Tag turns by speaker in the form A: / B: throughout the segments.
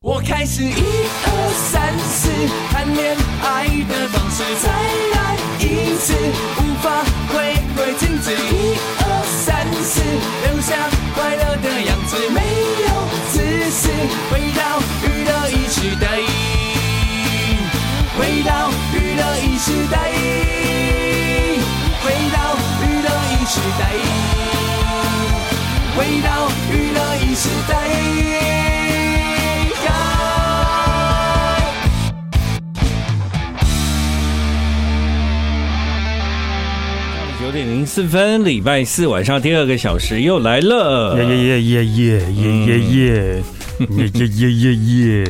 A: 我开始一二三四谈恋爱的方式，再来一次，无法回归静止。一二三四，留下快乐的样子，没有自私，回到娱乐一时代，回到娱乐一时代，回到娱乐一时代。回到娱乐一时代。
B: 九点零四分，礼拜四晚上第二个小时又来了。
C: 耶耶耶耶耶耶耶耶
B: Mm.
C: 耶耶耶耶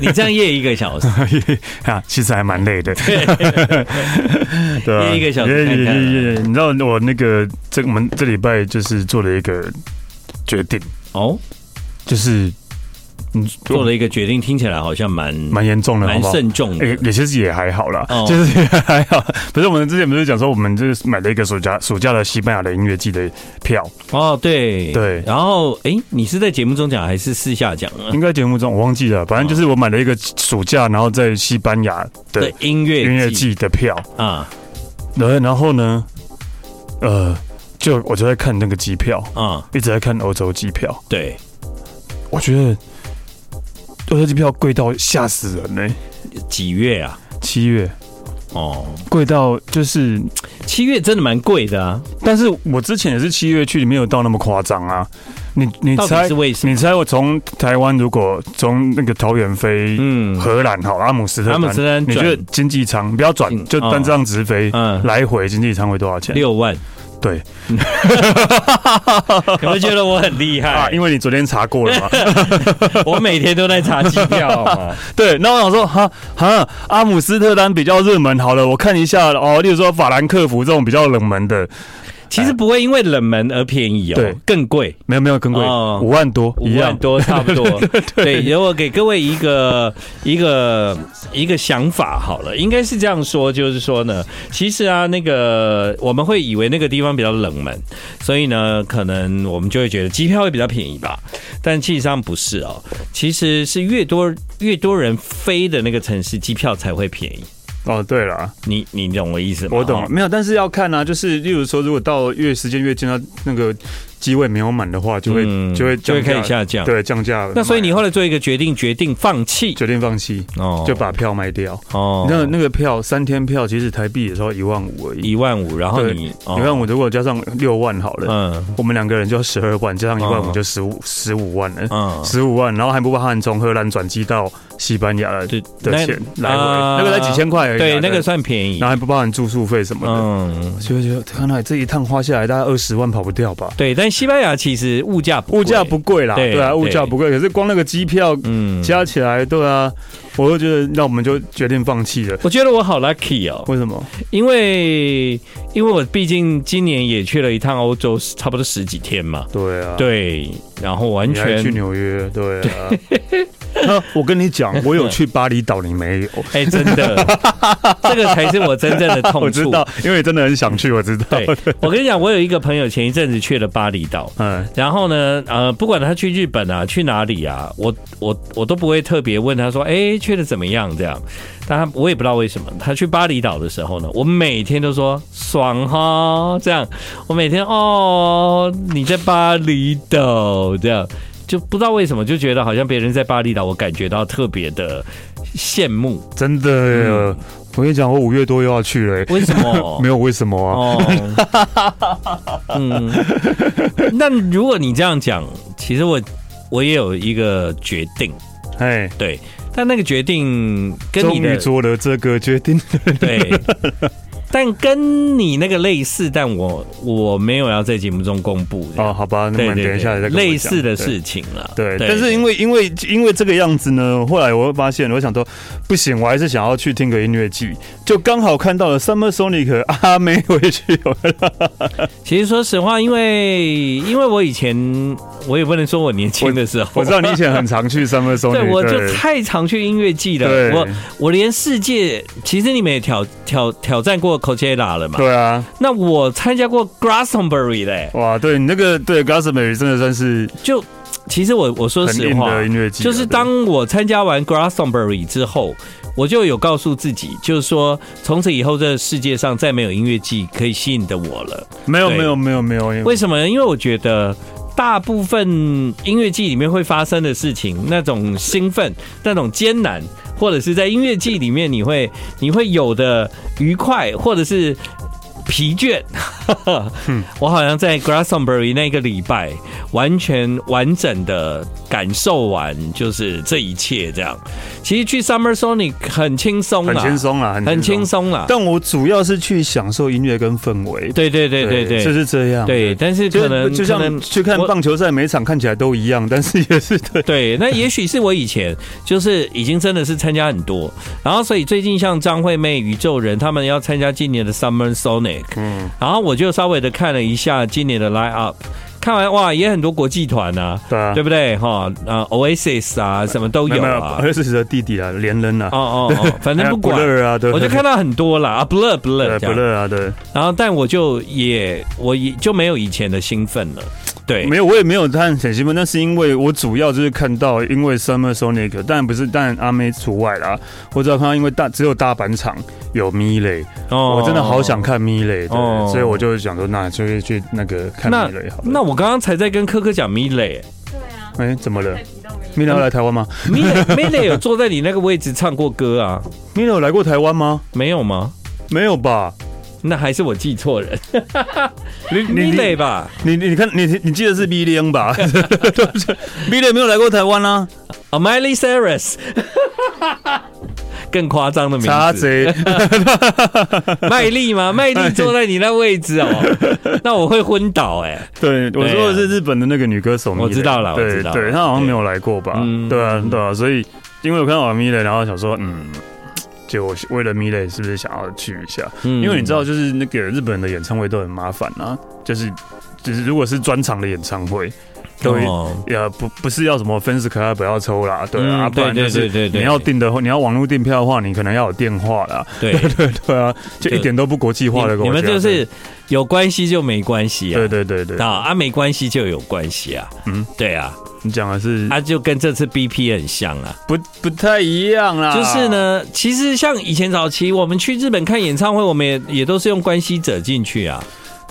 B: 你这样夜一个小时，
C: 啊！其实还蛮 累的，对啊，
B: 一个小时看看啊
C: 耶耶耶你知道我那个这我们这礼拜就是做了一个决定，
B: 哦，
C: 就是嗯
B: 做了一个决定，听起来好像蛮
C: 蛮严重的，好
B: 蛮
C: 不好？
B: 慎重的。
C: 也也其实也还好啦，
B: 哦
C: 就是也还好。不是我们之前不是讲说，我们就是买了一个暑假暑假的西班牙的音乐季的票，
B: 哦，对
C: 对
B: 然后，哎，你是在节目中讲还是私下讲啊？
C: 应该节目中我忘记了，反正就是我买了一个暑假，然后在西班牙的
B: 对，音乐
C: 音乐季的票，
B: 啊
C: 然后然后呢，呃，就我就在看那个机票，
B: 啊，
C: 一直在看欧洲机票，
B: 对，
C: 我觉得欧洲机票贵到吓死人呢、
B: 几月啊？
C: 七月
B: 哦，
C: 贵到就是，
B: 七月真的蛮贵的啊，
C: 但是我之前也是七月去，没有到那么夸张啊。你你
B: 到
C: 猜
B: 底是为什么？
C: 你猜我从台湾如果从那个桃园飞
B: 嗯
C: 荷兰好阿姆斯特
B: 阿
C: 丹，
B: 姆斯特丹
C: 你
B: 转
C: 觉得经济舱不要转
B: 嗯，
C: 就单这样直飞，
B: 嗯
C: 来回经济舱会多少钱？
B: 六万，
C: 对
B: 有没有觉得我很厉
C: 啊，
B: 害？
C: 因为你昨天查 过了嘛。哎
B: 我每天都在查机票好 吗，
C: 对，那我想说，哈哈，阿姆斯特丹比较热门，好了，我看一下哦，例如说法兰克福这种比较冷门的，
B: 其实不会因为冷门而便宜
C: 对
B: 哦，更贵。
C: 没有没有更贵，五、
B: 哦
C: 万多一
B: 五
C: 样
B: 万。多差 不多。对，如果给各位一个一个一个想法好了，应该是这样说，就是说呢，其实啊，那个我们会以为那个地方比较冷门，所以呢，可能我们就会觉得机票会比较便宜吧，但事实上不是哦，其实是越多越多人飞的那个城市，机票才会便宜。
C: 哦，对了，
B: 你你懂我意思吗？
C: 我懂了，
B: 哦。
C: 没有，但是要看啊，就是例如说，如果到越时间越近，它那个机位没有满的话，就会、
B: 嗯
C: 就会
B: 就会
C: 降价
B: 开始下降
C: 对，降价了。
B: 那所以你后
C: 来
B: 来做一个决定，决定放弃
C: 决定放弃，
B: 哦
C: 就把票卖掉。
B: 哦
C: 那那个票三天票其实台币也要一万五而已，
B: 一万五，然后
C: 对
B: 你哦
C: 一万五如果加上六万好了，
B: 嗯
C: 我们两个人就要十二万，加上一万五
B: 嗯
C: 就十五十五万了。
B: 嗯，
C: 十五万，然后还不包含从荷兰转机到西班牙的
B: 对
C: 的钱来回，
B: 啊
C: 那个才几千块而已啊。
B: 对，那个，算便宜
C: 然。后还不包含住宿费什么的。
B: 嗯，
C: 就觉得看来这一趟花下来大概二十万跑不掉吧。
B: 对，但西班牙其实物价
C: 物价不
B: 贵，
C: 贵啦，
B: 对
C: 对啊，
B: 对
C: 物价不贵，可是光那个机票
B: 嗯，
C: 加起来，对啊，我就觉得那我们就决定放弃了。
B: 我觉得我好 lucky 哦，
C: 为什么？
B: 因为因为我毕竟今年也去了一趟欧洲，差不多十几天嘛。
C: 对啊，，
B: 对，然后完
C: 你还
B: 全
C: 去纽约，对啊。 那我跟你讲， 我有去巴厘岛，你没有。
B: 哎、真的，这个才是我真正的痛处。
C: 我知道，因为你真的很想去，我知道
B: 对。， 我跟你讲，我有一个朋友前一阵子去了巴厘岛，
C: 嗯，
B: 然后呢，呃，不管他去日本啊，去哪里啊，我我我都不会特别问他说，哎，去的怎么样这样。但他我也不知道为什么，他去巴厘岛的时候呢，我每天都说爽哈，这样，我每天哦，你在巴厘岛这样，就不知道为什么就觉得好像别人在巴厘岛，我感觉到特别的羡慕，
C: 真的耶，
B: 嗯
C: 我跟你讲，我五月多又要去了耶。欸
B: 为什么？
C: 没有为什么啊？
B: 哦，
C: 哦
B: 嗯，那如果你这样讲，其实我我也有一个决定，
C: 哎，
B: 对，但那个决定跟
C: 终
B: 你
C: 于
B: 的
C: 做了这个 决定。
B: 对，但跟你那个类似，但我我没有要在节目中公布这样
C: 哦，好吧，那我
B: 对
C: 们
B: 对
C: 等一下
B: 对
C: 再跟我讲
B: 类似的事。情了，
C: 对，对但是因
B: 为
C: 为因为因为这个样子呢，后来我又发现，我想说，不行，我还是想要去听个音乐季，就刚好看到了 Summer Sonic 阿妹回去，
B: 其实说实话，因为因为我以前我也不能说我年轻的时候，
C: 我知道你以前很常去 Summer Sonic，
B: 对，我就太常去音乐季
C: 对
B: 了。我我连世界，其实你们也挑挑挑战过 Coachella 了嘛？
C: 对啊，
B: 那我参加过 Glastonbury 嘞，
C: 哇，对你那个对 Glastonbury 真的算是
B: 就其实我我说
C: 很
B: 实
C: 硬
B: 话
C: 的，音乐季啊，
B: 就是当我参加完 Glastonbury 之后，我就有告诉自己，就是说从此以后这世界上再没有音乐季可以吸引的我了。
C: 对没有
B: 对
C: 没有没有没有，因
B: 为什么呢？因为我觉得。大部分音乐季里面会发生的事情，那种兴奋、那种艰难，或者是在音乐季里面你会你会有的愉快，或者是疲倦。 我好像在 Glastonbury 那个礼拜，完全完整的感受完，就是这一切这样。其实去 Summer Sonic 很轻松啦，
C: 很轻，松啦，
B: 很
C: 很
B: 轻。松啦。
C: 但我主要是去享受音乐跟氛围，
B: 对对对对对，
C: 就是这样。
B: 对，，但是
C: 就
B: 可能
C: 就
B: 可
C: 像
B: 能
C: 去看
B: 我
C: 棒球赛，每一场看起来都一样，但是也是对。
B: 对，那也许是我以前就是已经真的是参加很多，然后所以最近像张惠妹、宇宙人他们要参加今年的 Summer Sonic，嗯，然后我就稍微的看了一下今年的 Line Up，看完哇也很多国际团啊，
C: 对 啊
B: 对不对哈？啊 Oasis 啊什么都有啊，
C: 二十的弟弟啊，连人啊，
B: 哦哦哦，反正不
C: 还有
B: 管。
C: Blur 啊，对，
B: 我就看到很多啦，啊，blur blur
C: 对
B: 这样
C: Blur 啊，对，
B: 然后但我就也我也就没有以前的兴奋了，对，
C: 没有，我也没有看很兴奋，那是因为我主要就是看到，因为 Summer Sonic，但不是，但阿妹除外啦。我只要看到，因为大只有大阪场有 Miley，、
B: 哦
C: 我真的好想看 Miley，对，
B: 哦
C: 所以我就想说，那就去去那个看
B: 那
C: Miley 好了。
B: 那我刚刚才在跟科科讲米磊，
D: 对啊，
C: 哎怎么了
D: 才提到没有
C: Miley 要来台湾吗
B: 米 磊米磊有坐在你那个位置唱过歌啊？
C: ？Miley 有来过台湾吗？
B: 没有吗？
C: 没有吧？
B: 那还是我记错人，
C: 你
B: 米
C: 你
B: 磊
C: 你
B: 吧？
C: 你你看你你记得是 b i l l i 吧 ？Miley 没有来过台湾啊，
B: 啊，Miley Cyrus，更夸张的名
C: 查
B: 字，
C: 贼。
B: 麦莉 吗？麦莉坐在你那位置哦，那我会昏倒哎、
C: 对，我
B: 对啊
C: 说的是日本的那个女歌手米蕾，
B: 我知道了我知
C: 对
B: 道了
C: 对，她好像没有来过吧
B: 嗯？
C: 对啊，对啊，所以因为我看到米蕾，然后想说，嗯，就我为了米蕾，是不是想要去一下？
B: 嗯
C: 因为你知道，就是那个日本的演唱会都很麻烦啊，就是就是如果是专场的演唱会，都会
B: 哦
C: 呃不不是要什么分时可爱不要抽啦，对啊，
B: 嗯
C: 不然
B: 对对
C: 就是
B: 对对对
C: 你要订的话，你要网络订票的话，你可能要有电话啦，
B: 对，
C: 对 对啊，就一点都不国际化的
B: 你
C: 国家，
B: 你们就是有关系就没关系啊
C: 对。对对
B: 啊
C: 对，对
B: 啊，没关系就有关系啊，嗯
C: 嗯，
B: 对啊，
C: 你讲的是
B: 啊就跟这次 BP 很像啊，
C: 不不太一样啦，
B: 就是。呢，其实像以前早期我们去日本看演唱会，我们也也都是用关系者进去啊。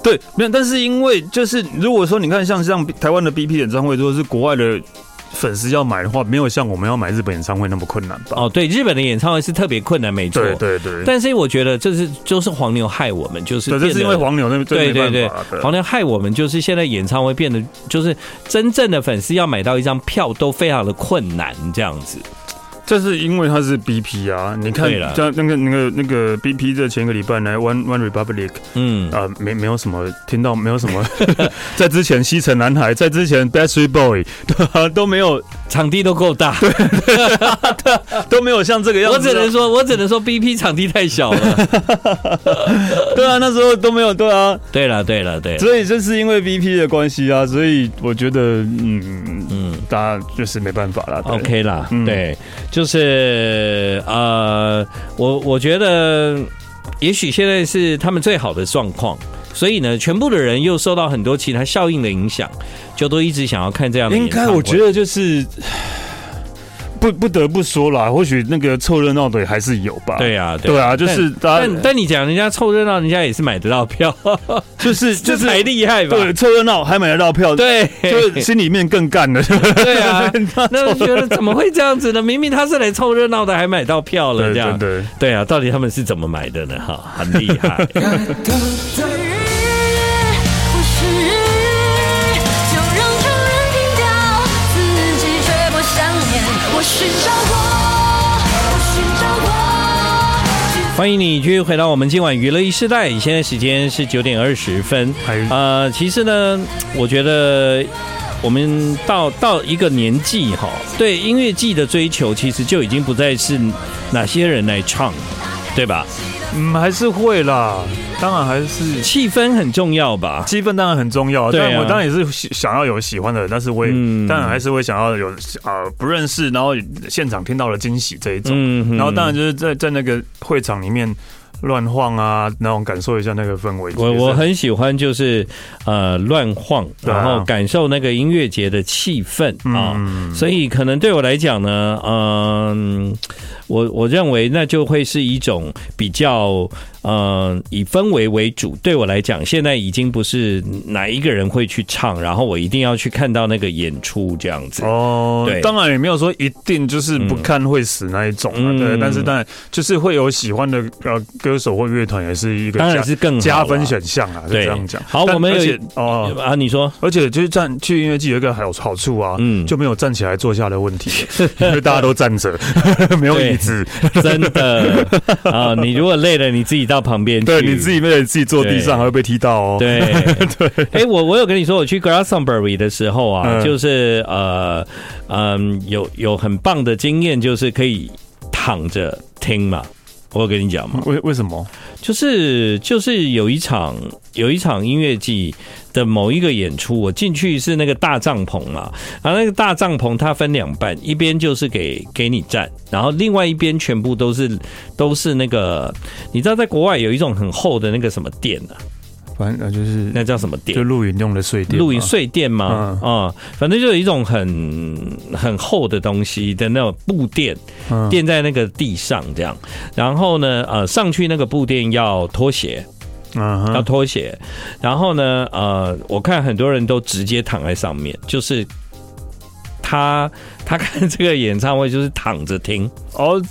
C: 对，没有，但是因为就是如果说你看像像台湾的 BP 演唱会，如果是国外的粉丝要买的话，没有像我们要买日本演唱会那么困难吧？
B: 哦，对，日本的演唱会是特别困难，没错。
C: 对对对，
B: 但是我觉得这是就是黄牛害我们，就是
C: 对，这
B: 变
C: 是
B: 得
C: 因为黄牛那
B: 对对对，黄
C: 黄
B: 牛害我们，就是现在演唱会变得就是真正的粉丝要买到一张票都非常的困难，这样子。
C: 这是因为它是 BP 啊，你看
B: 对啦
C: 像那个那个那个 BP 在前一个礼拜呢，One One Republic
B: 嗯，
C: 啊、没没有什么听到，没有 什么，在之前西城男孩，在之前 Backstreet Boy 都没有
B: 场地都够大，
C: 都没有像这个样子
B: 我
C: 啊，
B: 只能说，我只能说 BP 场地太小了。
C: 对啊，那时候都没有对啊，
B: 对了，对了，对了，
C: 所以就是因为 BP 的关系啊，所以我觉得，嗯，
B: 嗯。
C: 大家就是没办法啦。对
B: OK 啦，
C: 嗯
B: 对，就是呃，我我觉得，也许现在是他们最好的状况，所以呢，全部的人又受到很多其他效应的影响，就都一直想要看这样的
C: 应
B: 演唱
C: 该
B: 会。
C: 我觉得就是不不得不说啦，或许那个凑热闹的还是有吧。
B: 对啊，
C: 对啊，就是
B: 但
C: 大
B: 但
C: 家
B: 但你讲人家凑热闹，人家也是买得到票，
C: 就是就
B: 这
C: 是
B: 才厉害吧？
C: 对凑热闹还买得到票，，
B: 对
C: 就是心里面更干了。
B: 对 啊，那我觉得怎么会这样子呢？明明他是来凑热闹的，还买到票了，
C: 对
B: 这
C: 对
B: 样
C: 对，
B: 对啊，到底他们是怎么买的呢？哈，很厉害。
D: 不是，不是，就让他们听到自己绝不想念。我寻找我，我寻找我。
B: 欢迎你继续回到我们今晚娱乐一时代，现在时间是九点二十分。
C: 哎
B: 呃，其实呢，我觉得我们到到一个年纪哈，对音乐季的追求其实就已经不再是哪些人来唱，对吧？
C: 嗯，还是会啦，当然还是。
B: 气氛很重要吧？
C: 气氛当然很重要，
B: 对啊
C: 但我当然也是喜想要有喜欢的人，但是我也、
B: 嗯
C: 当然还是会想要有呃不认识，然后现场听到了惊喜这一种。
B: 嗯哼
C: 然后当然就是在在那个会场里面，乱晃啊，那种感受一下那个氛围。
B: 我
C: 也是
B: 我很喜欢就是呃乱晃，
C: 对啊嗯
B: 然后感受那个音乐节的气氛啊、所以可能对我来讲呢，嗯、我我认为那就会是一种比较嗯以氛围为主。对我来讲，现在已经不是哪一个人会去唱，然后我一定要去看到那个演出这样子。
C: 哦
B: 对，
C: 当然也没有说一定就是不看会死那一种啊，
B: 嗯
C: 对
B: 嗯，
C: 但是当然就是会有喜欢的呃歌手或乐团，也是一个
B: 当然
C: 加
B: 是更好啊
C: 加分选项啊，是
B: 对
C: 这样讲。
B: 好
C: 但
B: 我们有
C: 而且哦。
B: 啊，你说
C: 而且就是站去音乐季有一个好好处啊，
B: 嗯
C: 就没有站起来坐下的 问题，因为大家都站着， 没有椅子，
B: 真的啊、你如果累了，你自己到旁边去，
C: 对你自己没有你自己坐地
B: 对
C: 上还会被踢到哦。
B: 对对，哎、我我有跟你说，我去 Glastonbury 的时候啊，
C: 嗯
B: 就是呃嗯，有有很棒的经验，就是可以躺着听嘛。我有跟你讲嘛，
C: 为为什么？
B: 就是就是有一场有一场音乐季的某一个演出，我进去是那个大帐篷嘛，然后那个大帐篷它分两半，一边就是给给你站，然后另外一边全部都是都是那个，你知道在国外有一种很厚的那个什么垫啊，
C: 反正呃就是
B: 那叫什么垫
C: 就？露营用的睡垫嘛，
B: 露营睡垫吗？啊、
C: 嗯
B: 反正就有一种很很厚的东西的那种布垫，
C: 嗯
B: 垫在那个地上这样。然后呢，呃，上去那个布垫要脱鞋，
C: 嗯
B: 要
C: 哼，
B: 脱鞋。然后呢，呃，我看很多人都直接躺在上面，就是他他看这个演唱会就是躺着听，
C: 哦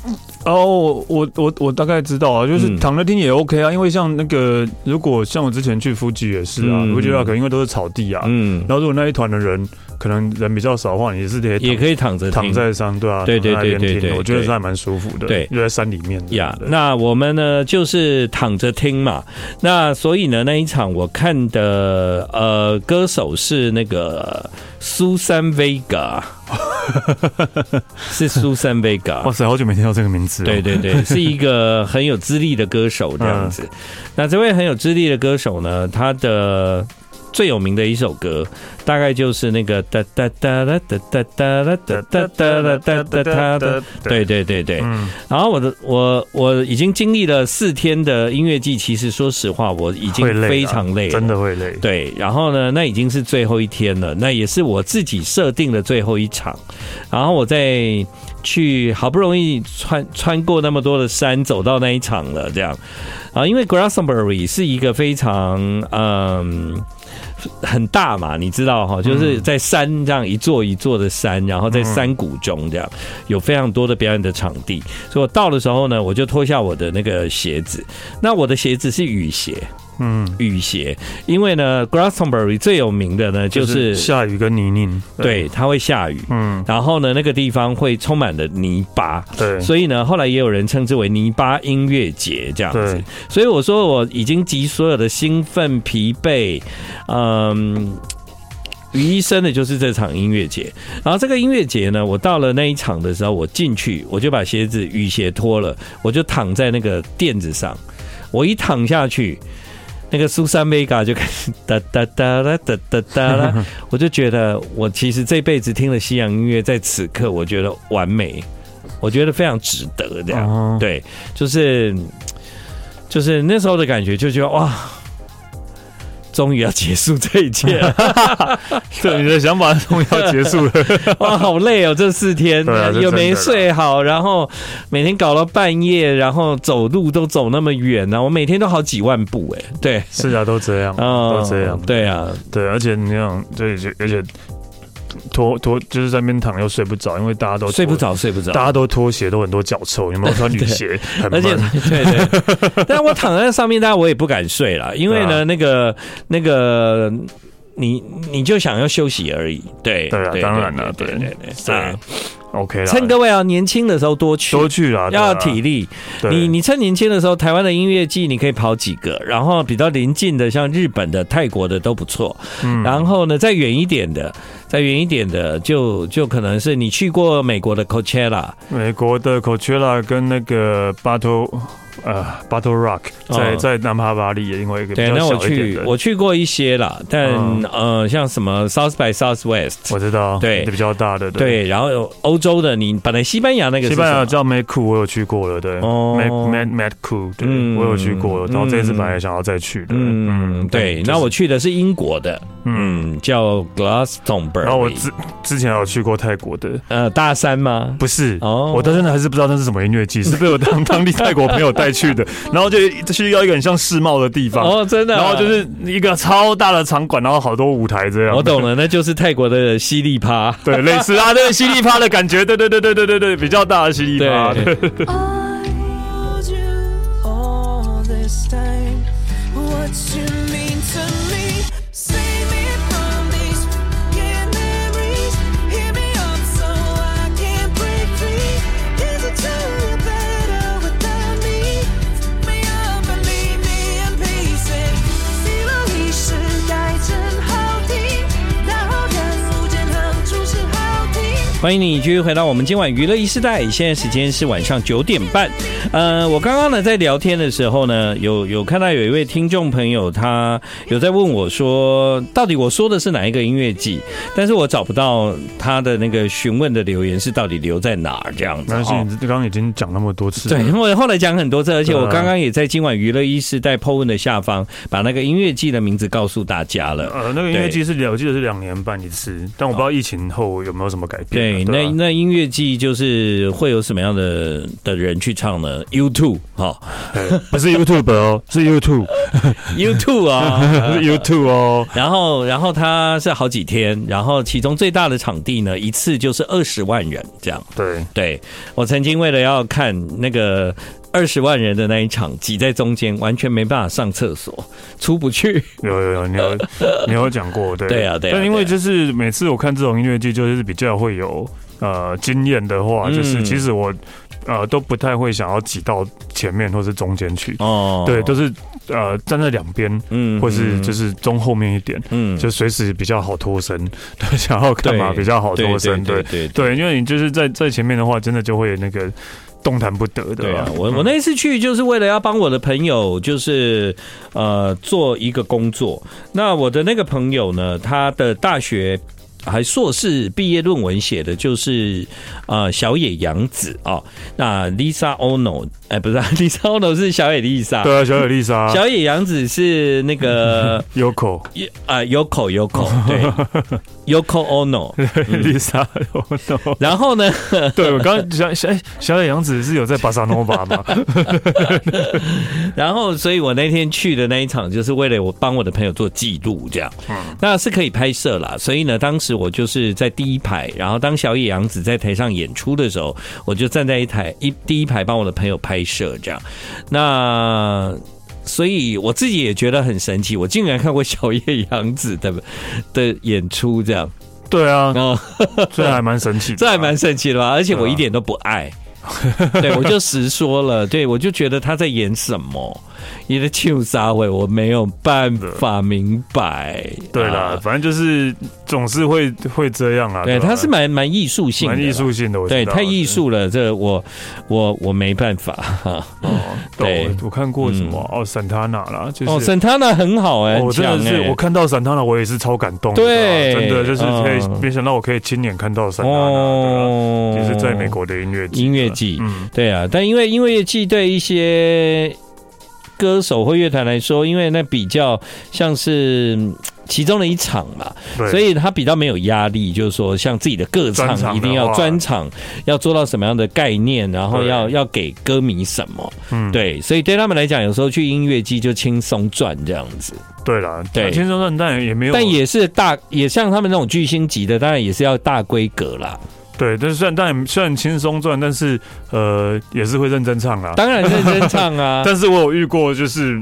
C: 哦，我我我大概知道啊，就是
B: 嗯
C: 躺着听也 OK 啊，因为像那个如果像我之前去夫 i 也是啊，
B: 嗯
C: 夫 i rock 因为都是草地啊，
B: 嗯，
C: 然后如果那一团的人可能人比较少的话，你也是得
B: 也可以躺着听，
C: 躺在上对啊，
B: 对对
C: 躺在那边
B: 对对
C: 听
B: 对
C: 我觉得
B: 对
C: 是还蛮舒服的，
B: 对
C: 就在山里面的
B: 呀
C: 对
B: 那我们呢就是躺着听嘛。那所以呢那一场我看的呃歌手是那个 Susan Vega，是 Susan
C: 哇
B: Vega。
C: 塞，好久没听到这个名字了，哦
B: 对对对，是一个很有资历的歌手这样子。那这位很有资历的歌手呢，他的最有名的一首歌，大概就是那个哒哒哒哒哒哒哒哒哒哒哒哒哒哒哒。对，对对对，
C: 嗯
B: 然后我的我我已经经历了四天的音乐季，其实说实话，我已经
C: 会累啊
B: 非常累了，
C: 真的会累，
B: 对，然后呢，那已经是最后一天了，那也是我自己设定的最后一场。然后我再去，好不容易穿穿过那么多的山，走到那一场了，这样啊，因为 Grastonbury 是一个非常嗯。很大嘛，你知道哈，就是在山这样一座一座的山，然后在山谷中这样有非常多的表演的场地，所以我到的时候呢，我就脱下我的那个鞋子，那我的鞋子是雨鞋，
C: 嗯，
B: 雨鞋，因为呢，Glastonbury 最有名的呢就是
C: 下雨跟泥泞，，
B: 对，它会下雨，
C: 嗯，
B: 然后呢，那个地方会充满了泥巴，
C: 对，
B: 所以呢，后来也有人称之为泥巴音乐节这样子
C: 对。
B: 所以我说我已经集所有的兴奋、疲惫，嗯。于一身的就是这场音乐节，然后这个音乐节呢，我到了那一场的时候，我进去我就把鞋子雨鞋脱了，我就躺在那个垫子上，我一躺下去，那个苏珊贝嘎就开始哒哒哒啦哒哒哒啦，我就觉得我其实这辈子听了西洋音乐，在此刻我觉得完美，我觉得非常值得这样。
C: 哦
B: 对，就是就是那时候的感觉，就觉得哇，终于要结束这一切 了，
C: 对，你的想法终于要结束了。
B: 哇，好累哦，这四天
C: 对啊这
B: 又
C: 真的
B: 没
C: 啦
B: 睡好，然后每天搞到半夜，然后走路都走那么远啊呢、我每天都好几万步哎、对。
C: 是啊，都这样，
B: 哦
C: 都这样。
B: 对啊，
C: 对，而且你想，对，就而且脱脱就是在那边躺又睡不着，因为大家都
B: 睡不，着，睡不着，
C: 大家都拖鞋，都很多脚 臭，有没有穿雨鞋？很
B: 而且
C: 闷
B: 对对， 但我躺在上面，但我也不敢睡了，因为
C: 对
B: 呢，
C: 啊
B: 那个那个。你你就想要休息而已，对
C: 对啊当然了
B: 对
C: 对
B: 对对
C: 对
B: 对啊！
C: OK 啦，
B: 趁各位啊年轻的时候多去，
C: 都去啦，对啊
B: 要体力。
C: 对
B: 你你趁年轻的时候，台湾的音乐季你可以跑几个，然后比较临近的，像日本的、泰国的都不错。
C: 嗯
B: 然后呢，再远一点的，再远一点的，就就可能是你去过美国的 Coachella，
C: 美国的 Coachella 跟那个 Battle 呃 Battle Rock，在、
B: 嗯
C: 在南帕巴利的另外一个比
B: 对，
C: 较
B: 那我
C: 小一点
B: 去
C: 的，嗯
B: 我去过一些啦，但、呃，像什么 South by Southwest，
C: 我知道，
B: 对
C: 比较大的，对。
B: 对，然后有欧洲的，你本来西班牙那个是
C: 西班
B: 什
C: 牙
B: 么
C: 叫 Mad Cool，我有去过了，对
B: 哦
C: ，Mad Mad Mad Cool，对
B: 嗯
C: 我有去过了，然后这次
B: 嗯
C: 本来想要再去的，
B: 嗯，对，
C: 就是
B: 那我去的是英国的，嗯，叫 Glastonbury，
C: 然后我之之前有去过泰国的，
B: 呃大三吗？
C: 不是，
B: 哦
C: 我到现在还是不知道那是什么音乐季，是被 我当当地泰国朋友带去的，然后就去到一个很像世贸的地方，
B: 哦，真的啊，
C: 然后就是一个超大的场馆，然后好多舞台这样，
B: 我懂了，那就是泰国的犀利趴。
C: 对，类似啊， 对，犀利趴的感觉，对对对对对对对，比较大的犀利趴，
B: 对
C: 对
A: I owed you all this time. What you mean to me? Save me from these fucking memories. Hear me up so I can break free. Is it true better without me? Pick me up and leave me in pieces. 希望你是该真好听，然后人不健康，出是好听。
B: 欢迎你继续回到我们今晚娱乐一时代，现在时间是晚上九点半。呃，我刚刚呢在聊天的时候呢，有有看到有一位听众朋友，他有在问我说，到底我说的是哪一个音乐季？但是我找不到他的那个询问的留言是到底留在哪儿这样子。
C: 没关系，
B: 哦
C: 你刚刚已经讲那么多次了，
B: 对，因为后来讲很多次，而且
C: 对啊
B: 我刚刚也在今晚娱乐一时代 PO 文的下方，把那个音乐季的名字告诉大家了。
C: 呃，那个音
B: 对
C: 乐季是两我记得是两年半一次，但我不知道疫情后有没有什么改变
B: 对，
C: 啊。
B: 那
C: 啊
B: 那音乐季就是会有什么样的的人去唱呢？YouTube 哈、
C: 对不是 YouTube 哦，是 YouTube，
B: y o u t u b e 啊。
C: 是 YouTube 哦。
B: 然后，然后它是好几天，然后其中最大的场地呢，一次就是二十万人这样。
C: 对，
B: 对我曾经为了要看那个二十万人的那一场，挤在中间，完全没办法上厕所，出不去。
C: 有有有，你有你有讲过，对
B: 对啊对啊
C: 但因
B: 对
C: 为
B: 啊
C: 就是每次我看这种音乐季，就是比较会有呃经验的话，
B: 嗯
C: 就是其实我呃都不太会想要挤到前面或是中间去，
B: 哦，
C: 对，都是呃站在两边，
B: 嗯
C: 或是就是是中后面一点，
B: 嗯
C: 就随时比较好脱身， 对，想要干嘛
B: 对
C: 比较好脱身，对
B: 对。对
C: 对，因为你就是在在前面的话，真的就会那个动弹不得的
B: 对
C: 啦。
B: 啊，我我那一次去就是为了要帮我的朋友，就是呃做一个工作。那我的那个朋友呢，他的大学。还硕士毕业论文写的就是呃小野洋子啊、哦，那 Lisa Ono 哎、不是、啊、Lisa Ono 是小野丽莎，
C: 对啊，小野丽莎、
B: 小野洋子是那个
C: Yoko、
B: 啊 Yoko Yoko 对 Yoko Ono，
C: 丽莎 Yoko。
B: 然后呢，
C: 对，我刚刚想小小野洋子是有在巴萨诺瓦 吗？
B: 然后，所以我那天去的那一场，就是为了我帮我的朋友做记录，这样，那是可以拍摄啦。所以呢，当时我就是在第一排，然后当小野洋子在台上演出的时候，我就站在一台一第一排帮我的朋友拍摄，这样。那所以我自己也觉得很神奇，我竟然看过小野洋子的的演出，这样，
C: 对啊，
B: 然后
C: 这还蛮神奇的啊，
B: 这还蛮神奇的吧？而且我一点都不爱，对我就实说了，对我就觉得他在演什么，你的秋沙尾我没有办法明白。
C: 对啦
B: 啊，，
C: 反正就是总是会会这样啊。
B: 对，
C: 吧
B: 他是蛮蛮艺术性的
C: 蛮
B: 啦，
C: 艺术性的，我知啊
B: 对，
C: 道
B: 太艺。术了，这我我我没办法。哈
C: 哦对，
B: 对嗯
C: 我我看过什么哦，Santana 啦，就是
B: 哦，Santana 很好哎，
C: 我
B: 很
C: 哦真的
B: 强
C: 是，
B: 哎
C: 我。看到闪塔了，我也是超感动的啊。
B: 对
C: 真的就是可以，
B: 嗯
C: 没想到我可以亲眼看到闪塔了。
B: 哦
C: 也啊是在美国的音乐季
B: 音乐季，
C: 嗯，
B: 对啊，但因为音乐季对一些歌手或乐团来说，因为那比较像是嗯其中的一场嘛，
C: 对，
B: 所以他比较没有压力，就是说像自己的歌
C: 专场
B: 唱
C: 的
B: 一定要
C: 话
B: 专场，要做到什么样的概念，然后
C: 对
B: 要要给歌迷什么，
C: 嗯
B: 对，所以对他们来讲，有时候去音乐季就轻松赚这样子，
C: 对啦，
B: 对
C: 天生蛋蛋也没有，
B: 但也是大，也像他们那种巨星级的，当然也是要大规格啦，
C: 对，但是虽然但虽然轻松赚，但是呃也是会认真唱啦。
B: 当然认真唱 啊，
C: 但是我有遇过就是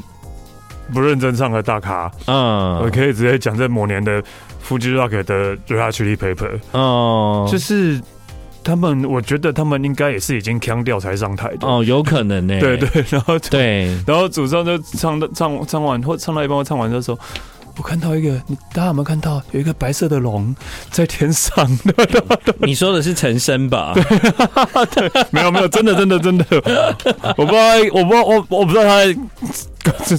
C: 不认真唱的大咖，我
B: 嗯，
C: 可以直接讲在某年的 Fuji Rock 的 Red Hot Chili Pepper，
B: 哦，
C: 就是他们，我觉得他们应该也是已经腔调才上台的。
B: 哦，有可能呢、
C: 对对，然后
B: 对
C: 然后主唱就唱的唱唱完或唱到一半或唱完的时候，我看到一个，你大家有没有看到有一个白色的龙在天上？
B: 你说的是陈升吧？
C: 没有没有，真的真的真的，我不知道他，我不知道我我不知道他在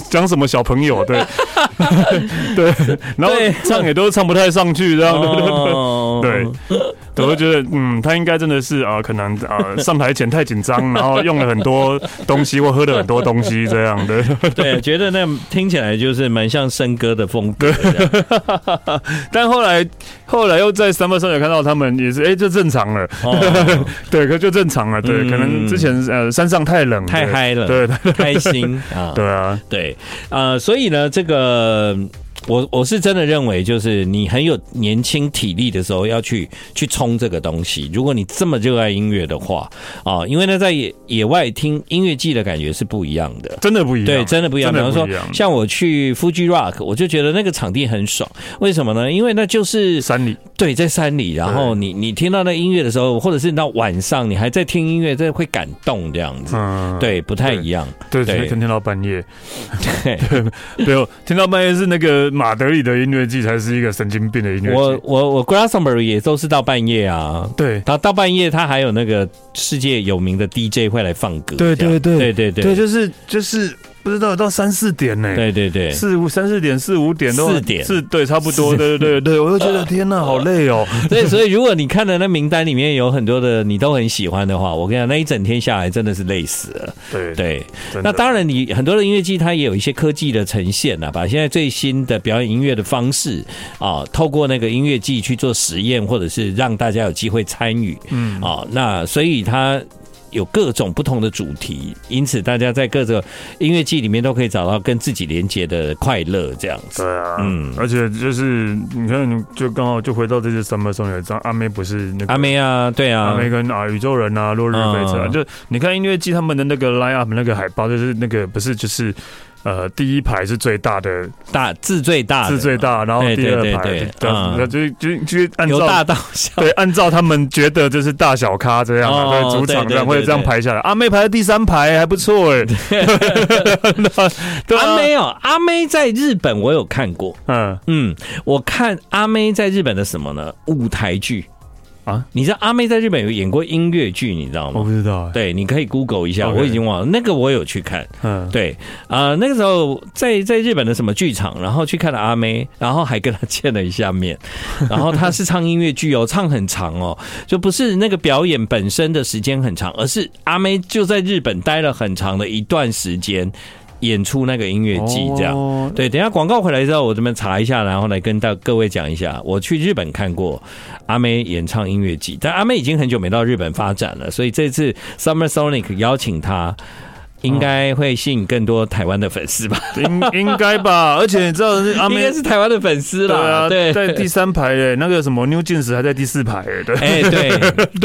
C: 讲什么小朋友， 对对，然后
B: 对
C: 唱也都唱不太上去，这样 对对对。
B: 哦
C: 对，我就觉得，嗯，他应该真的是啊、呃可能啊、呃上台前太紧张，然后用了很多东西或喝了很多东西这样的。
B: 对，觉得那听起来就是蛮像生哥的风 格这样。
C: 但后来后来又在 Summer 上有看到他们也是，哎、这正常了，
B: 哦
C: 对，可就正常了，对，
B: 嗯
C: 可能之前呃山上太冷，
B: 太
C: 对
B: 嗨了
C: 对对
B: 开心啊！
C: 对啊，
B: 对，呃，所以呢，这个我我是真的认为，就是你很有年轻体力的时候，要去去冲这个东西。如果你这么热爱音乐的话，啊、因为呢，在野野外听音乐季的感觉是不一样的。
C: 真的不一样，
B: 对，真的不一样。比
C: 真
B: 方
C: 的
B: 说
C: 不一样，，
B: 像我去 Fuji Rock，我就觉得那个场地很爽。为什么呢？因为那就是
C: 山里
B: 对，在山里，然后你你听到那音乐的时候，或者是你到晚上，你还在听音乐，这会感动这样子。
C: 嗯，
B: 对，不太一样。
C: 对，
B: 对
C: 可以听到半夜，
B: 对
C: 对哦，听到半夜是那个马德里的音乐季才是一个神经病的音乐
B: 我
C: 季，
B: 我我 Glastonbury 也都是到半夜啊，
C: 对。
B: 然后到半夜他还有那个世界有名的 DJ 会来放歌这
C: 对
B: 样，对
C: 对对
B: 对对
C: 对，就是就是不知道到三四点呢、
B: 对对对
C: 四五三四点四五点都
B: 四点
C: 是对差不多，对对对对，我 就觉得天呐，好累哦，
B: 所以所以如果你看的那名单里面有很多的你都很喜欢的话，我跟你讲，那一整天下来真的是累死了。
C: 对，
B: 对，
C: 真的
B: 那当然你很多的音乐季它也有一些科技的呈现呐、把现在最新的表演音乐的方式啊，透过那个音乐季去做实验，或者是让大家有机会参与。
C: 嗯
B: 哦，那所以它有各种不同的主题，因此大家在各个音乐季里面都可以找到跟自己连接的快乐，这样子。
C: 对啊，
B: 嗯
C: 嗯，而且就是你看，你就刚好就回到这次 Summer Song 有一张阿妹不是那个
B: 阿。妹啊，对
C: 阿
B: 啊，
C: 妹跟啊宇宙人啊落日飞车、啊，
B: 嗯
C: 就你看音乐季他们的那个 line up 那个海报，就是那个不是就是呃第一排是最大的
B: 大字最大，
C: 是最，大，然后
B: 对
C: 第二
B: 对
C: 排
B: 对
C: 就
B: 对嗯
C: 对就就就按
B: 由
C: 照
B: 大到小。
C: 对，按照他们觉得就是大小咖这样啊，
B: 哦
C: 对，主场这样
B: 对对对
C: 会这样排下来。阿妹排在第三排，还不 错哎。 对啊
B: 阿，妹哦，阿妹在日本我有看过，
C: 嗯，
B: 嗯，我看阿妹在日本的什么呢？舞台剧
C: 啊，
B: 你知道阿妹在日本有演过音乐剧，你知道
C: 我
B: 吗？
C: 不知道哎，
B: 对，你可以 Google 一下，
C: OK
B: 我已经忘了那个，我有去看。
C: 嗯，
B: 对啊、呃那个时候在在日本的什么剧场，然后去看了阿妹，然后还跟她见了一下面， 然后她是唱音乐剧哦，唱很长哦，就不是那个表演本身的时间很长，而是阿妹就在日本待了很长的一段时间，演出那个音乐剧这样。
C: 哦
B: 对，等一下广告回来之后，我这边查一下，然后来跟到各位讲一下，我去日本看过阿妹演唱音乐季，但阿妹已经很久没到日本发展了，所以这次 Summer Sonic 邀请她，应该会吸引更多台湾的粉丝吧？
C: 应 应该吧。而且你知道是 阿
B: 应该
C: 妹
B: 是台湾的粉丝
C: 对
B: 啦，
C: 啊，
B: 对。
C: 在 第三排诶，那个什么 New Jeans 还在第四排诶，对。
B: 哎、对，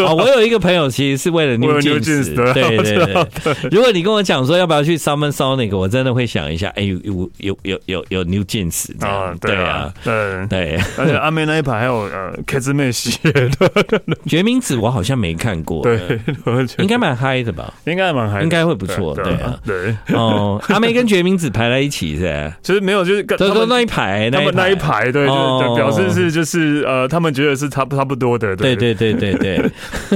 B: 哦，我有一个朋友其实是为了 New
C: 为了 New
B: Jeans，
C: Jeans，对啊
B: 对
C: 我
B: 对
C: 知
B: 对
C: 道。
B: 如果你跟我讲说要不要去 Summer Sonic，我真的会想一下，哎、有有有有有 New Jeans 这样
C: 啊，对啊，，嗯，
B: 对。
C: 而且阿妹那一排还有呃 K 字 妹系列的，
B: 决明子我好像没看过，
C: 对， 我觉得
B: 应该蛮嗨的吧？
C: 应该还蛮嗨的，
B: 应该会不错
C: 对
B: 对啊
C: 啊，对，
B: 哦，阿妹跟决明子排在一起是 吧？
C: 其实没有，就是跟
B: 都
C: 他
B: 都
C: 们
B: 那一排，
C: 他们那一。排，对，就是
B: 哦
C: 对表示是就是呃，他们觉得是差不差不多的，
B: 对对对对 对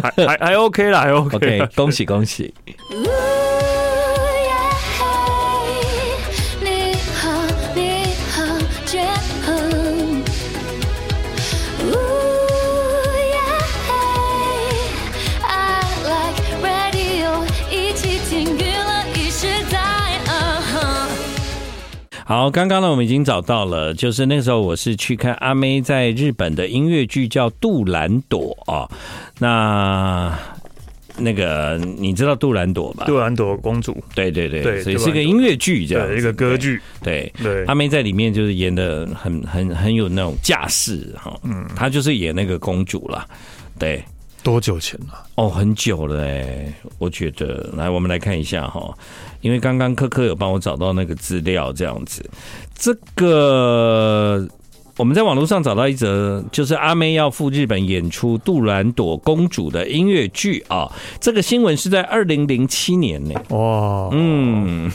C: 还还还 OK 啦，还 OK。
B: ，OK，恭喜恭喜！
D: 呜呀嘿，你好，你好，绝好。呜呀嘿，I like radio，一起听娱乐一时代。啊哈
B: 好，刚刚呢，我们已经找到了，就是那个时候我是去看阿妹在日本的音乐剧叫《杜兰朵》啊、那那个你知道杜兰朵吧？
C: 杜兰朵公主，
B: 对对对，
C: 对
B: 所以
C: 杜
B: 是
C: 兰
B: 个
C: 朵
B: 音乐剧这样子，
C: 对，一个歌剧，
B: 对。
C: 对
B: 阿，妹在里面就是演的很很很有那种架势哈，嗯，她就是演那个公主啦，对，
C: 多久前啊了？
B: 哦，很久了哎，我觉得，来我们来看一下哈，因为刚刚科科有帮我找到那个资料，这样子，这个我们在网络上找到一则，就是阿妹要赴日本演出《杜兰朵公主》的音乐剧啊，这个新闻是嗯在二零零七年呢，
C: 哇，
B: 嗯，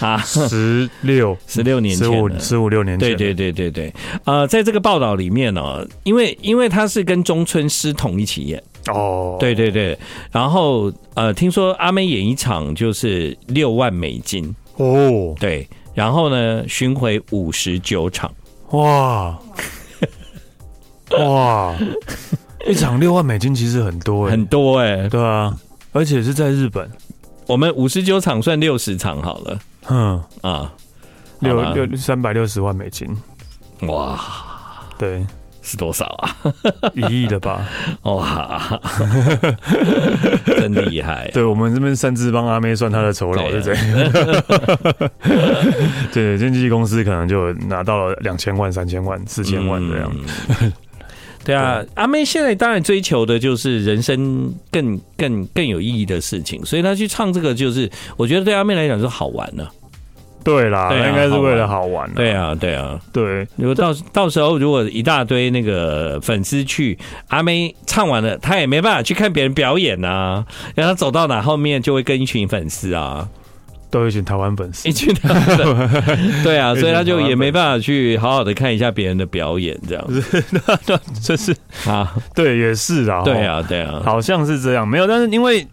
B: 啊。
C: 十六
B: 十六年
C: 十
B: 前
C: 五
B: 了
C: 十五六年前
B: 对
C: 了，
B: 对对对对，呃，在这个报道里面呢、哦，因为因为他是跟中村狮童一起演，
C: 哦，
B: 对对对，然后呃，听说阿妹演一场就是六万美金，
C: 哦
B: 对，然后呢巡回五十九场，
C: 哇哇， 一场六万美金其实很多哎、
B: 很多哎、
C: 对啊，而且是在日本，
B: 我们五十九场算六十场好了
C: 嗯，
B: 啊，
C: 六
B: 好吧
C: 六三百六十万美金，
B: 哇，
C: 对，
B: 是多少啊？
C: 一亿的吧？
B: 哇， 真厉 害！
C: 对我们这边擅自帮阿妹算她的酬劳，
B: 对啊
C: 是这样。 对，经纪公司可能就拿到了两千万、三千万、四千万这样。
B: 嗯对啊，阿妹现在当然追求的就是人生更更更有意义的事情，所以她去唱这个，就是我觉得对阿妹来讲是好玩呢、
C: 对啦，
B: 对啊
C: 那应该是为了好玩啊。
B: 对啊，对啊。
C: 对，
B: 如果到到时候如果一大堆那个粉丝去阿妹唱完了，她也没办法去看别人表演呐、啊，然后她走到哪后面就会跟一群粉丝啊，
C: 都有一群台湾粉丝
B: 一。群他的，对 啊，
C: 一群
B: 所以他就也没办法去好好的看一下别人的表演，这样
C: 这是
B: 啊，
C: 对，也是啦。
B: 对啊，对啊
C: 齁，，好像是这样。没有，但是因为。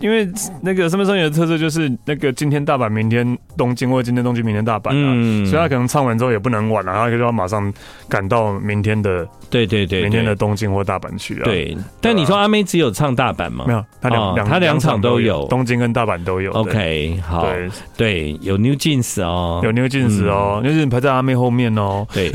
C: 因为那个身份证有的特色就是那个今天大阪，明天东京，或者今天东京，明天大阪啊，
B: 嗯
C: 所以他可能唱完之后也不能晚了、啊，他就要马上赶到明天的
B: 对对对，
C: 明天的
B: 对
C: 东京或大阪去啊。，
B: 对，但你说阿妹只有唱大阪吗？
C: 没有，他
B: 哦
C: 两两
B: 他两场都有
C: 东京跟大阪都有。对
B: OK，好，
C: 对，
B: 对，有 New Jeans 啊哦，
C: 有 New Jeans 哦，New Jeans 排在阿妹后面哦。
B: 对，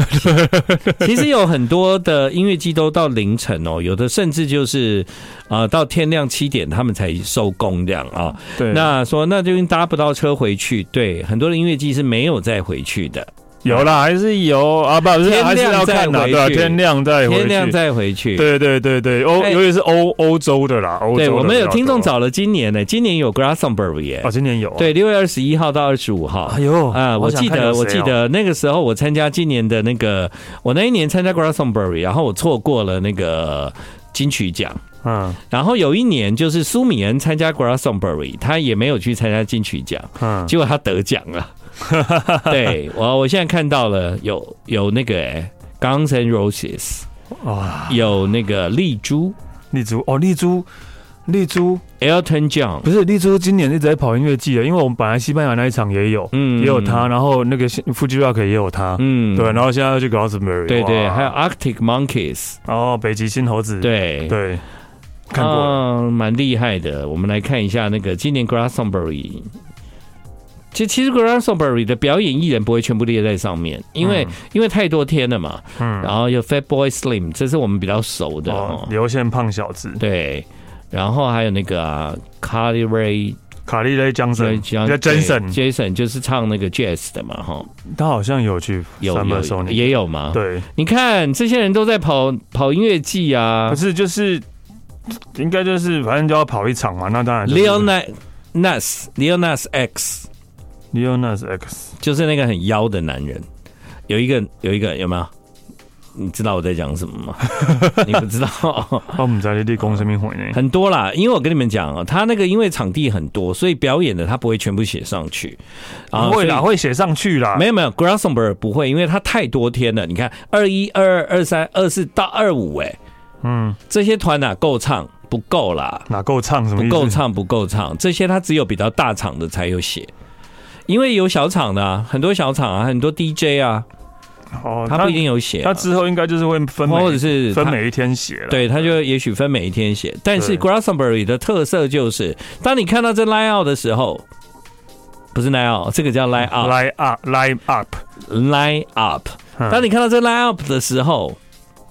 B: 其实有很多的音乐季都到凌晨哦，有的甚至就是呃到天亮七点他们才收工这样啊、
C: 对，
B: 那说那就搭不到车回去，对，很多的音乐季是没有再回去的，
C: 有啦，还是有啊，不，不是
B: 天亮
C: 还是要看
B: 再
C: 啦，
B: 回去
C: 对啊，天亮再回去。
B: 天亮再回去。
C: 对对对对，欧
B: 哎
C: 尤其是欧欧洲的啦，欧洲的
B: 对，我们有
C: 比较多啊
B: 听众找了今年呢、今年有 Glastonbury 耶、
C: 哦，今年有啊。
B: 对，六月二十一号到二十五号。
C: 哎呦
B: 啊、我
C: 想
B: 记
C: 看有
B: 得，
C: 谁
B: 我记
C: 哦
B: 得那个时候我参加今年的那个，我那一年参加 Glastonbury，然后我错过了那个金曲奖。
C: 嗯
B: 然后有一年就是苏米恩参加 Glastonbury，他也没有去参加金曲奖，
C: 嗯，
B: 结果他得奖 了。对我，我现在看到了有有那个哎、Guns N' Roses，
C: 哇，
B: 有那个丽珠
C: 丽珠哦，丽珠。丽珠
B: Elton John，
C: 不是丽珠，今年一直在跑音乐季的，因为我们本来西班牙那一场也有，
B: 嗯
C: 也有她，然后那个 Fuji Rock 也有她，
B: 嗯
C: 对，然后现在要去 Glastonbury，
B: 对对，
C: 哇
B: 还有 Arctic Monkeys，
C: 哦，北极星猴子，
B: 对，
C: 对，看过哦了，
B: 嗯，蛮厉害的。我们来看一下那个今年 Glastonbury。其其实 Glastonbury 的表演艺人不会全部列在上面，因为、因为太多天了嘛。
C: 嗯，
B: 然后有 Fat Boy Slim，这是我们比较熟的
C: 哦
B: 哦，。
C: 流线胖小子，
B: 对，然后还有那个、啊、Carly Rae
C: 卡利雷江森，叫
B: Jepsen-
C: Jason，
B: Jason 就是唱那个 Jazz 的嘛，哈，
C: 他好像有去
B: 有
C: Summer
B: 有
C: Sonic
B: 也有嘛。
C: 对，
B: 你看这些人都在跑跑音乐季啊
C: 可。是就是应该就是反正就要跑一场嘛，那当然
B: Leon Nas Leon Nas X
C: Leonas X
B: 就是那个很妖的男人，有一个有一个有没有？你知道我在讲什么 吗？你不知道
C: 哦，我们在立功什么会呢？
B: 很多啦，因为我跟你们讲啊，他那个因为场地很多，所以表演的他不会全部写上去啊
C: 不会啦，
B: 所以
C: 会写上去啦，
B: 没有没有 g r a s s o m b e r 不会，因为他太多天了。你看二一、二二、二三、二四到二五，哎，
C: 嗯，
B: 这些团哪够唱？不够啦，
C: 哪够唱什么
B: 不
C: 意思？
B: 够，唱不够唱，这些他只有比较大场的才有写，因为有小场的、啊，很多小场啊，很多 DJ 啊，
C: 哦，
B: 他不一定有写、啊
C: 他，之后应该就是会分每
B: 或者是
C: 分
B: 他
C: 每一天写了，
B: 对，他就也许分每一天写。但是
C: 对
B: Grassenberry 的特色就是，当你看到这 line out 的时候，不是 line out，这个叫 line out，line
C: ，line up，line up，
B: up。
C: 嗯
B: 当你看到这 line up 的时候，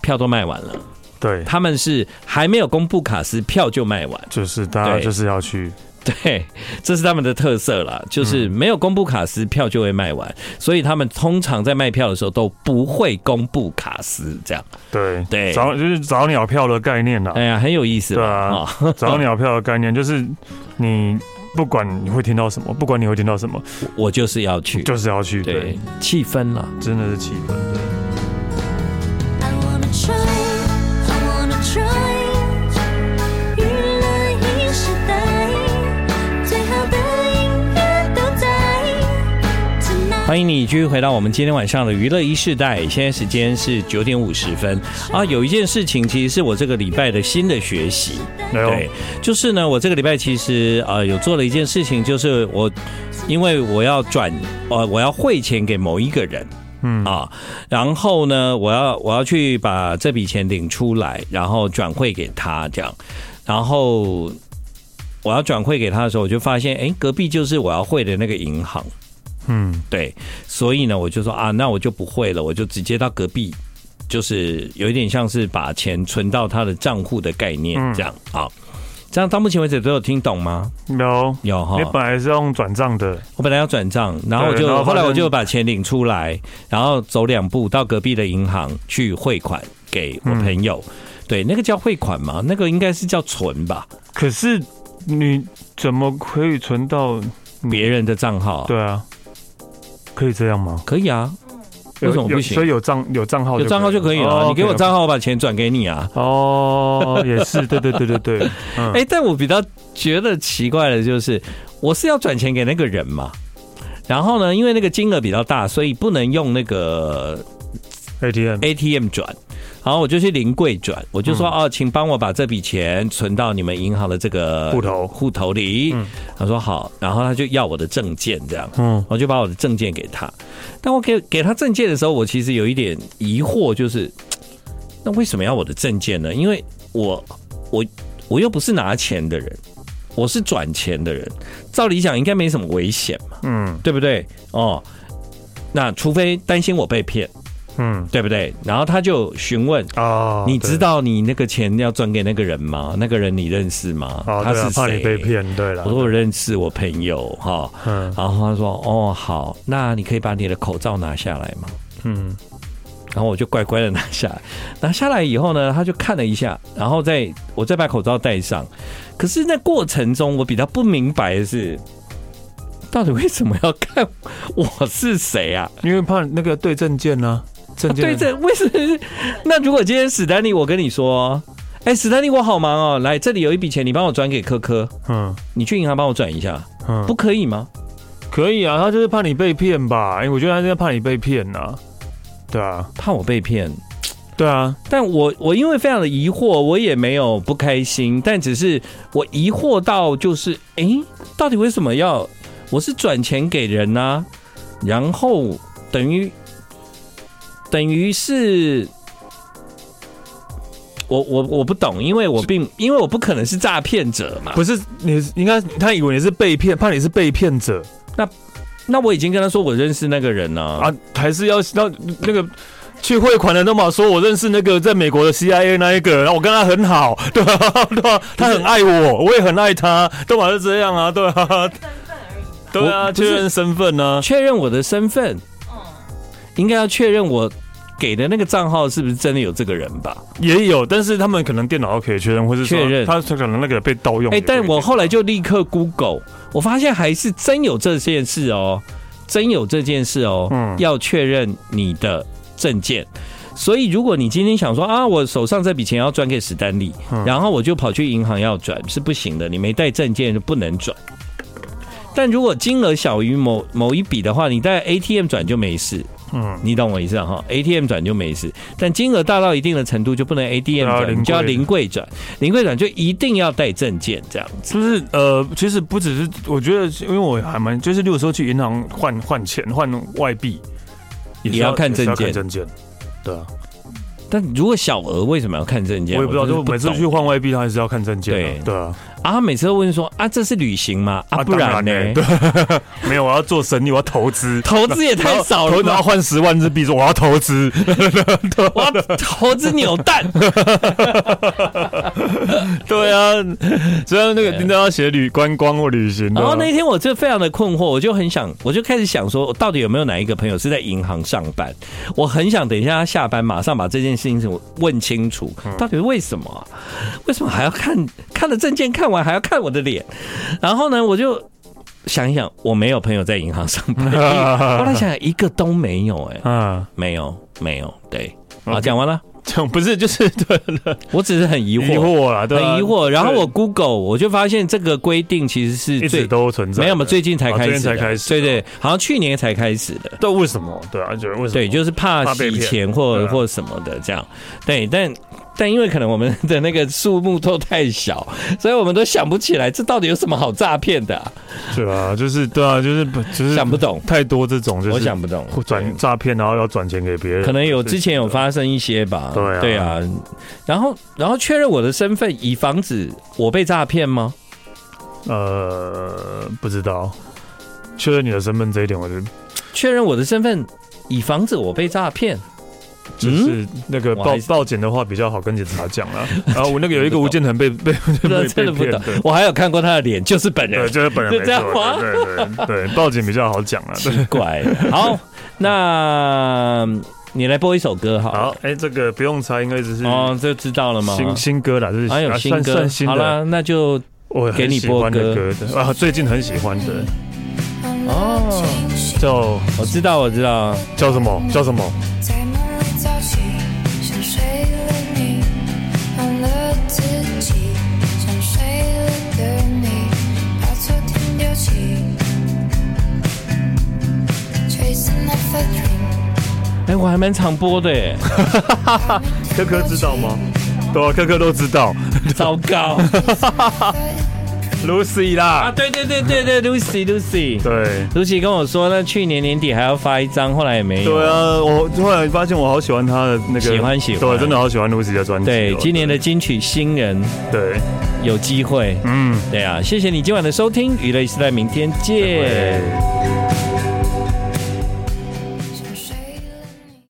B: 票都卖完了，
C: 对，
B: 他们是还没有公布卡司，票就卖完。
C: 就是大家
B: 对
C: 就是要去，
B: 对，这是他们的特色啦，就是没有公布卡司，票就会卖完，
C: 嗯
B: 所以他们通常在卖票的时候都不会公布卡司，这样，
C: 对
B: 对
C: 早就是早鸟票的概念啦
B: 哎，呀，很有意思吧？
C: 对啊
B: 啊、哦，
C: 早鸟票的概念就是你不管你会听到什么，不管你会听到什么，
B: 我就是要去，
C: 就是要去，
B: 对
C: 对，，
B: 气氛啊啦。
C: 真的是气氛。
D: I wanna try, I wanna try，娱乐一时代，最好的音乐都在，
B: 欢迎你继续回到我们今天晚上的娱乐一世代，现在时间是九点五十分啊。有一件事情其实是我这个礼拜的新的学习，
C: 来哦
B: 对，就是呢，我这个礼拜其实呃有做了一件事情，就是我因为我要转呃我要汇钱给某一个人。嗯啊，然后呢，我要我要去把这笔钱领出来，然后转汇给他这样，然后我要转汇给他的时候，我就发现，哎，隔壁就是我要汇的那个银行，
C: 嗯，
B: 对，所以呢，我就说啊，那我就不会了，我就直接到隔壁，就是有一点像是把钱存到他的账户的概念
C: 嗯
B: 这样啊。这样到目前为止都有听懂吗？
C: 有
B: 有哈
C: 你，本来是要用转账的，
B: 我本来要转账，然后我
C: 对然
B: 就
C: 后发
B: 后
C: 现
B: 来我就把钱领出来，然后走两步到隔壁的银行去汇款给我朋友。
C: 嗯
B: 对，那个叫汇款吗？那个应该是叫存吧，
C: 可是你怎么可以存到？
B: 别人的账号啊。
C: 对啊，可以这样吗？
B: 可以啊，为什么
C: 有
B: 不
C: 有
B: 行
C: 所以有账有账号
B: 有账号就可以了。你给我。
C: 哦
B: 账号，我把钱转给你啊。
C: ，OK，OK 哦，也是，对对对 对对，嗯
B: 哎、但我比较觉得奇怪的就是，我是要转钱给那个人嘛，然后呢，因为那个金额比较大，所以不能用那个
C: ，ATM，
B: ATM 转，然后我就去临柜转，我就说、
C: 嗯
B: 哦，请帮我把这笔钱存到你们银行的这个
C: 户头
B: 户头里。
C: 嗯
B: 他说好，然后他就要我的证件这样。
C: 嗯，
B: 我就把我的证件给他，但我给给他证件的时候，我其实有一点疑惑，就是嘖那为什么要我的证件呢？因为我我我又不是拿钱的人，我是转钱的人，照理讲应该没什么危险嘛，
C: 嗯
B: 对不对？哦，那除非担心我被骗，
C: 嗯
B: 对不对？然后他就询问，
C: 啊，
B: 你知
C: 对
B: 道你那个钱要转给那个人吗？那个人你认识吗？
C: 啊，
B: 他
C: 对啊
B: 是
C: 怕
B: 谁？
C: 你被骗，对了
B: 我，说我认识我朋友哈。
C: 嗯
B: 然后他说：“哦，好，那你可以把你的口罩拿下来吗
C: 嗯，？”
B: 然后我就乖乖的拿下来，拿下来以后呢，他就看了一下，然后再我再把口罩戴上。可是那过程中，我比较不明白的是，到底为什么要看我是谁啊？
C: 因为怕那个对证件呢，证件
B: 对，这为什么？那如果今天史丹利，我跟你说，哎，史丹利，我好忙哦，来这里有一笔钱，你帮我转给科科，
C: 嗯
B: 你去银行帮我转一下，
C: 嗯，
B: 不可以吗？
C: 可以啊，他就是怕你被骗吧？哎、我觉得他是在怕你被骗呐、对啊，
B: 怕我被骗，
C: 对啊，
B: 但我我因为非常的疑惑，我也没有不开心，但只是我疑惑到就是，诶，到底为什么要我是转钱给人呢、然后等于等于是。我我我不懂，因为我并因为我不可能是诈骗者嘛。
C: 不是你应该他以为你是被骗，怕你是被骗者
B: 那我已经跟他说我认识那个人了、
C: 啊，还是要要那个去汇款的那么说，我认识那个在美国的 CIA 那一个，然后我跟他很好， 对啊，对啊，他很爱我，我也很爱他，都嘛是这样啊，对啊，对啊，
B: 我不是
C: 确认身份啊呢、
B: 确认我的身份，应该要确认我给的那个账号是不是真的有这个人吧？
C: 也有，但是他们可能电脑可以确认，或是说
B: 确认
C: 他他可能那个被盗用也不
B: 哎、
C: 一定。
B: 但我后来就立刻 Google，我发现还是真有这件事哦，真有这件事哦，
C: 嗯
B: 要确认你的证件。所以，如果你今天想说啊，我手上这笔钱要转给史丹利，
C: 嗯
B: 然后我就跑去银行要转，是不行的，你没带证件就不能转。但如果金额小于某某一笔的话，你带 ATM 转就没事，
C: 嗯
B: 你懂我意思啊哈？ATM 转就没事，但金额大到一定的程度就不能 ATM
C: 要
B: 转，
C: 临柜
B: 你就要临柜转，临柜转就一定要带证件这样子。
C: 就是呃，其实不只是我觉得，因为我还蛮就是，例如说去银行换换钱、换外币，
B: 也要看证件
C: 也是要看证件。对啊，
B: 但如果小额为什么要看证
C: 我
B: 件？
C: 也不知道，
B: 真
C: 就
B: 的
C: 每次
B: 懂
C: 去换外币，他还是要看证件
B: 对
C: 啊。对啊，
B: 啊，他每次都问说啊，这是旅行吗？啊，不
C: 当
B: 然呢？
C: 对， 没有，我要做生意，我要投资，
B: 投资也太少了
C: 投然
B: 吧！
C: 后 换十万日币，说我要 投资，
B: 我要投资扭蛋，
C: 对啊，所以那个
B: 对
C: 应该要写旅观光或旅行的
B: 然
C: 啊。
B: 后那一天我就非常的困惑，我就很想，我就开始想说，我到底有没有哪一个朋友是在银行上班？我很想等一下他下班，马上把这件事情问清楚，
C: 嗯
B: 到底为什么啊、为什么还要看看了证件，看完还要看我的脸？然后呢，我就想一想，我没有朋友在银行上 班，后来想想一个都没有、哎，
C: 嗯，
B: 没有，没有，对，
C: OK
B: 好，讲完了。
C: 这 种不是就是对了，
B: 我只是很疑惑，
C: 疑惑啦，对
B: 很
C: 啊
B: 疑惑。然后我
C: 对
B: Google，我就发现这个规定其实是
C: 一
B: 最
C: 直都存在的，
B: 没有嘛，最近才
C: 啊
B: 开
C: 最
B: 始的，
C: 近才开始，哦
B: 对对，好像去年才开始的。
C: 对，为什么？对啊，就是为什么？
B: 对，就是怕
C: 怕被
B: 洗
C: 骗
B: 钱或
C: 对啊
B: 或什么的这样。对，但但因为可能我们的那个数目都太小，所以我们都想不起来这到底有什么好诈骗的啊、
C: 对啊，就是对啊，就是不就是
B: 想不懂
C: 太多这种，就是
B: 我想不懂。
C: 转诈骗，然后要转钱给别人，
B: 可能有
C: 是
B: 之前有发生一些吧，
C: 对啊
B: 对啊，然后然后确认我的身份，以防止我被诈骗吗？
C: 呃不知道确认你的身份这一点，我就
B: 确认我的身份，以防止我被诈骗。
C: 就是那个
B: 嗯我
C: 报
B: 还是
C: 报警的话比较好跟警察讲 啦。然后我那个有一个吴建衡被 被被
B: 不
C: 被
B: 真的
C: 被
B: 不
C: 骗
B: 懂
C: 对，
B: 我还有看过他的脸，就是本
C: 对，
B: 人，
C: 就是本人
B: 就
C: 没
B: 这样吗
C: 错，对对对对，报警比较好讲了。对
B: 奇 怪。好，那你来播一首歌好了
C: 好，哎，这个不用猜，应该只是
B: 哦，这知道了吗？
C: 新新歌啦，就是
B: 还有
C: 啊
B: 新
C: 算
B: 歌
C: 算，新
B: 好
C: 的，
B: 啦，那就
C: 我
B: 给
C: 很
B: 你
C: 喜
B: 播
C: 欢的
B: 歌
C: 歌的啊，最近很喜欢的
B: 哦，
C: 叫
B: 我知道，我知道，
C: 叫什么叫什么。
E: 在梦里早起，想睡了你，忘了自己，想睡了的你，把昨天丢弃，chasing after dream。
B: 哎，我还蛮常播的， 哎，
C: 科科知道吗？对啊，科科都知 道
B: 糟糕
C: ，Lucy
B: 啊！
C: 啦。
B: 对对对对对，Lucy，Lucy。
C: 对
B: Lucy 跟我说，那去年年底还要发一张，后来也没有。
C: 对啊，我突然发现我好喜欢她的那个，
B: 喜欢喜欢
C: 对，真的好喜欢 Lucy 的专辑哦。
B: 对，今年的金曲新人
C: 对，
B: 有机会。
C: 嗯，
B: 对啊，谢谢你今晚的收听，娱乐时代，明天见。
C: 对。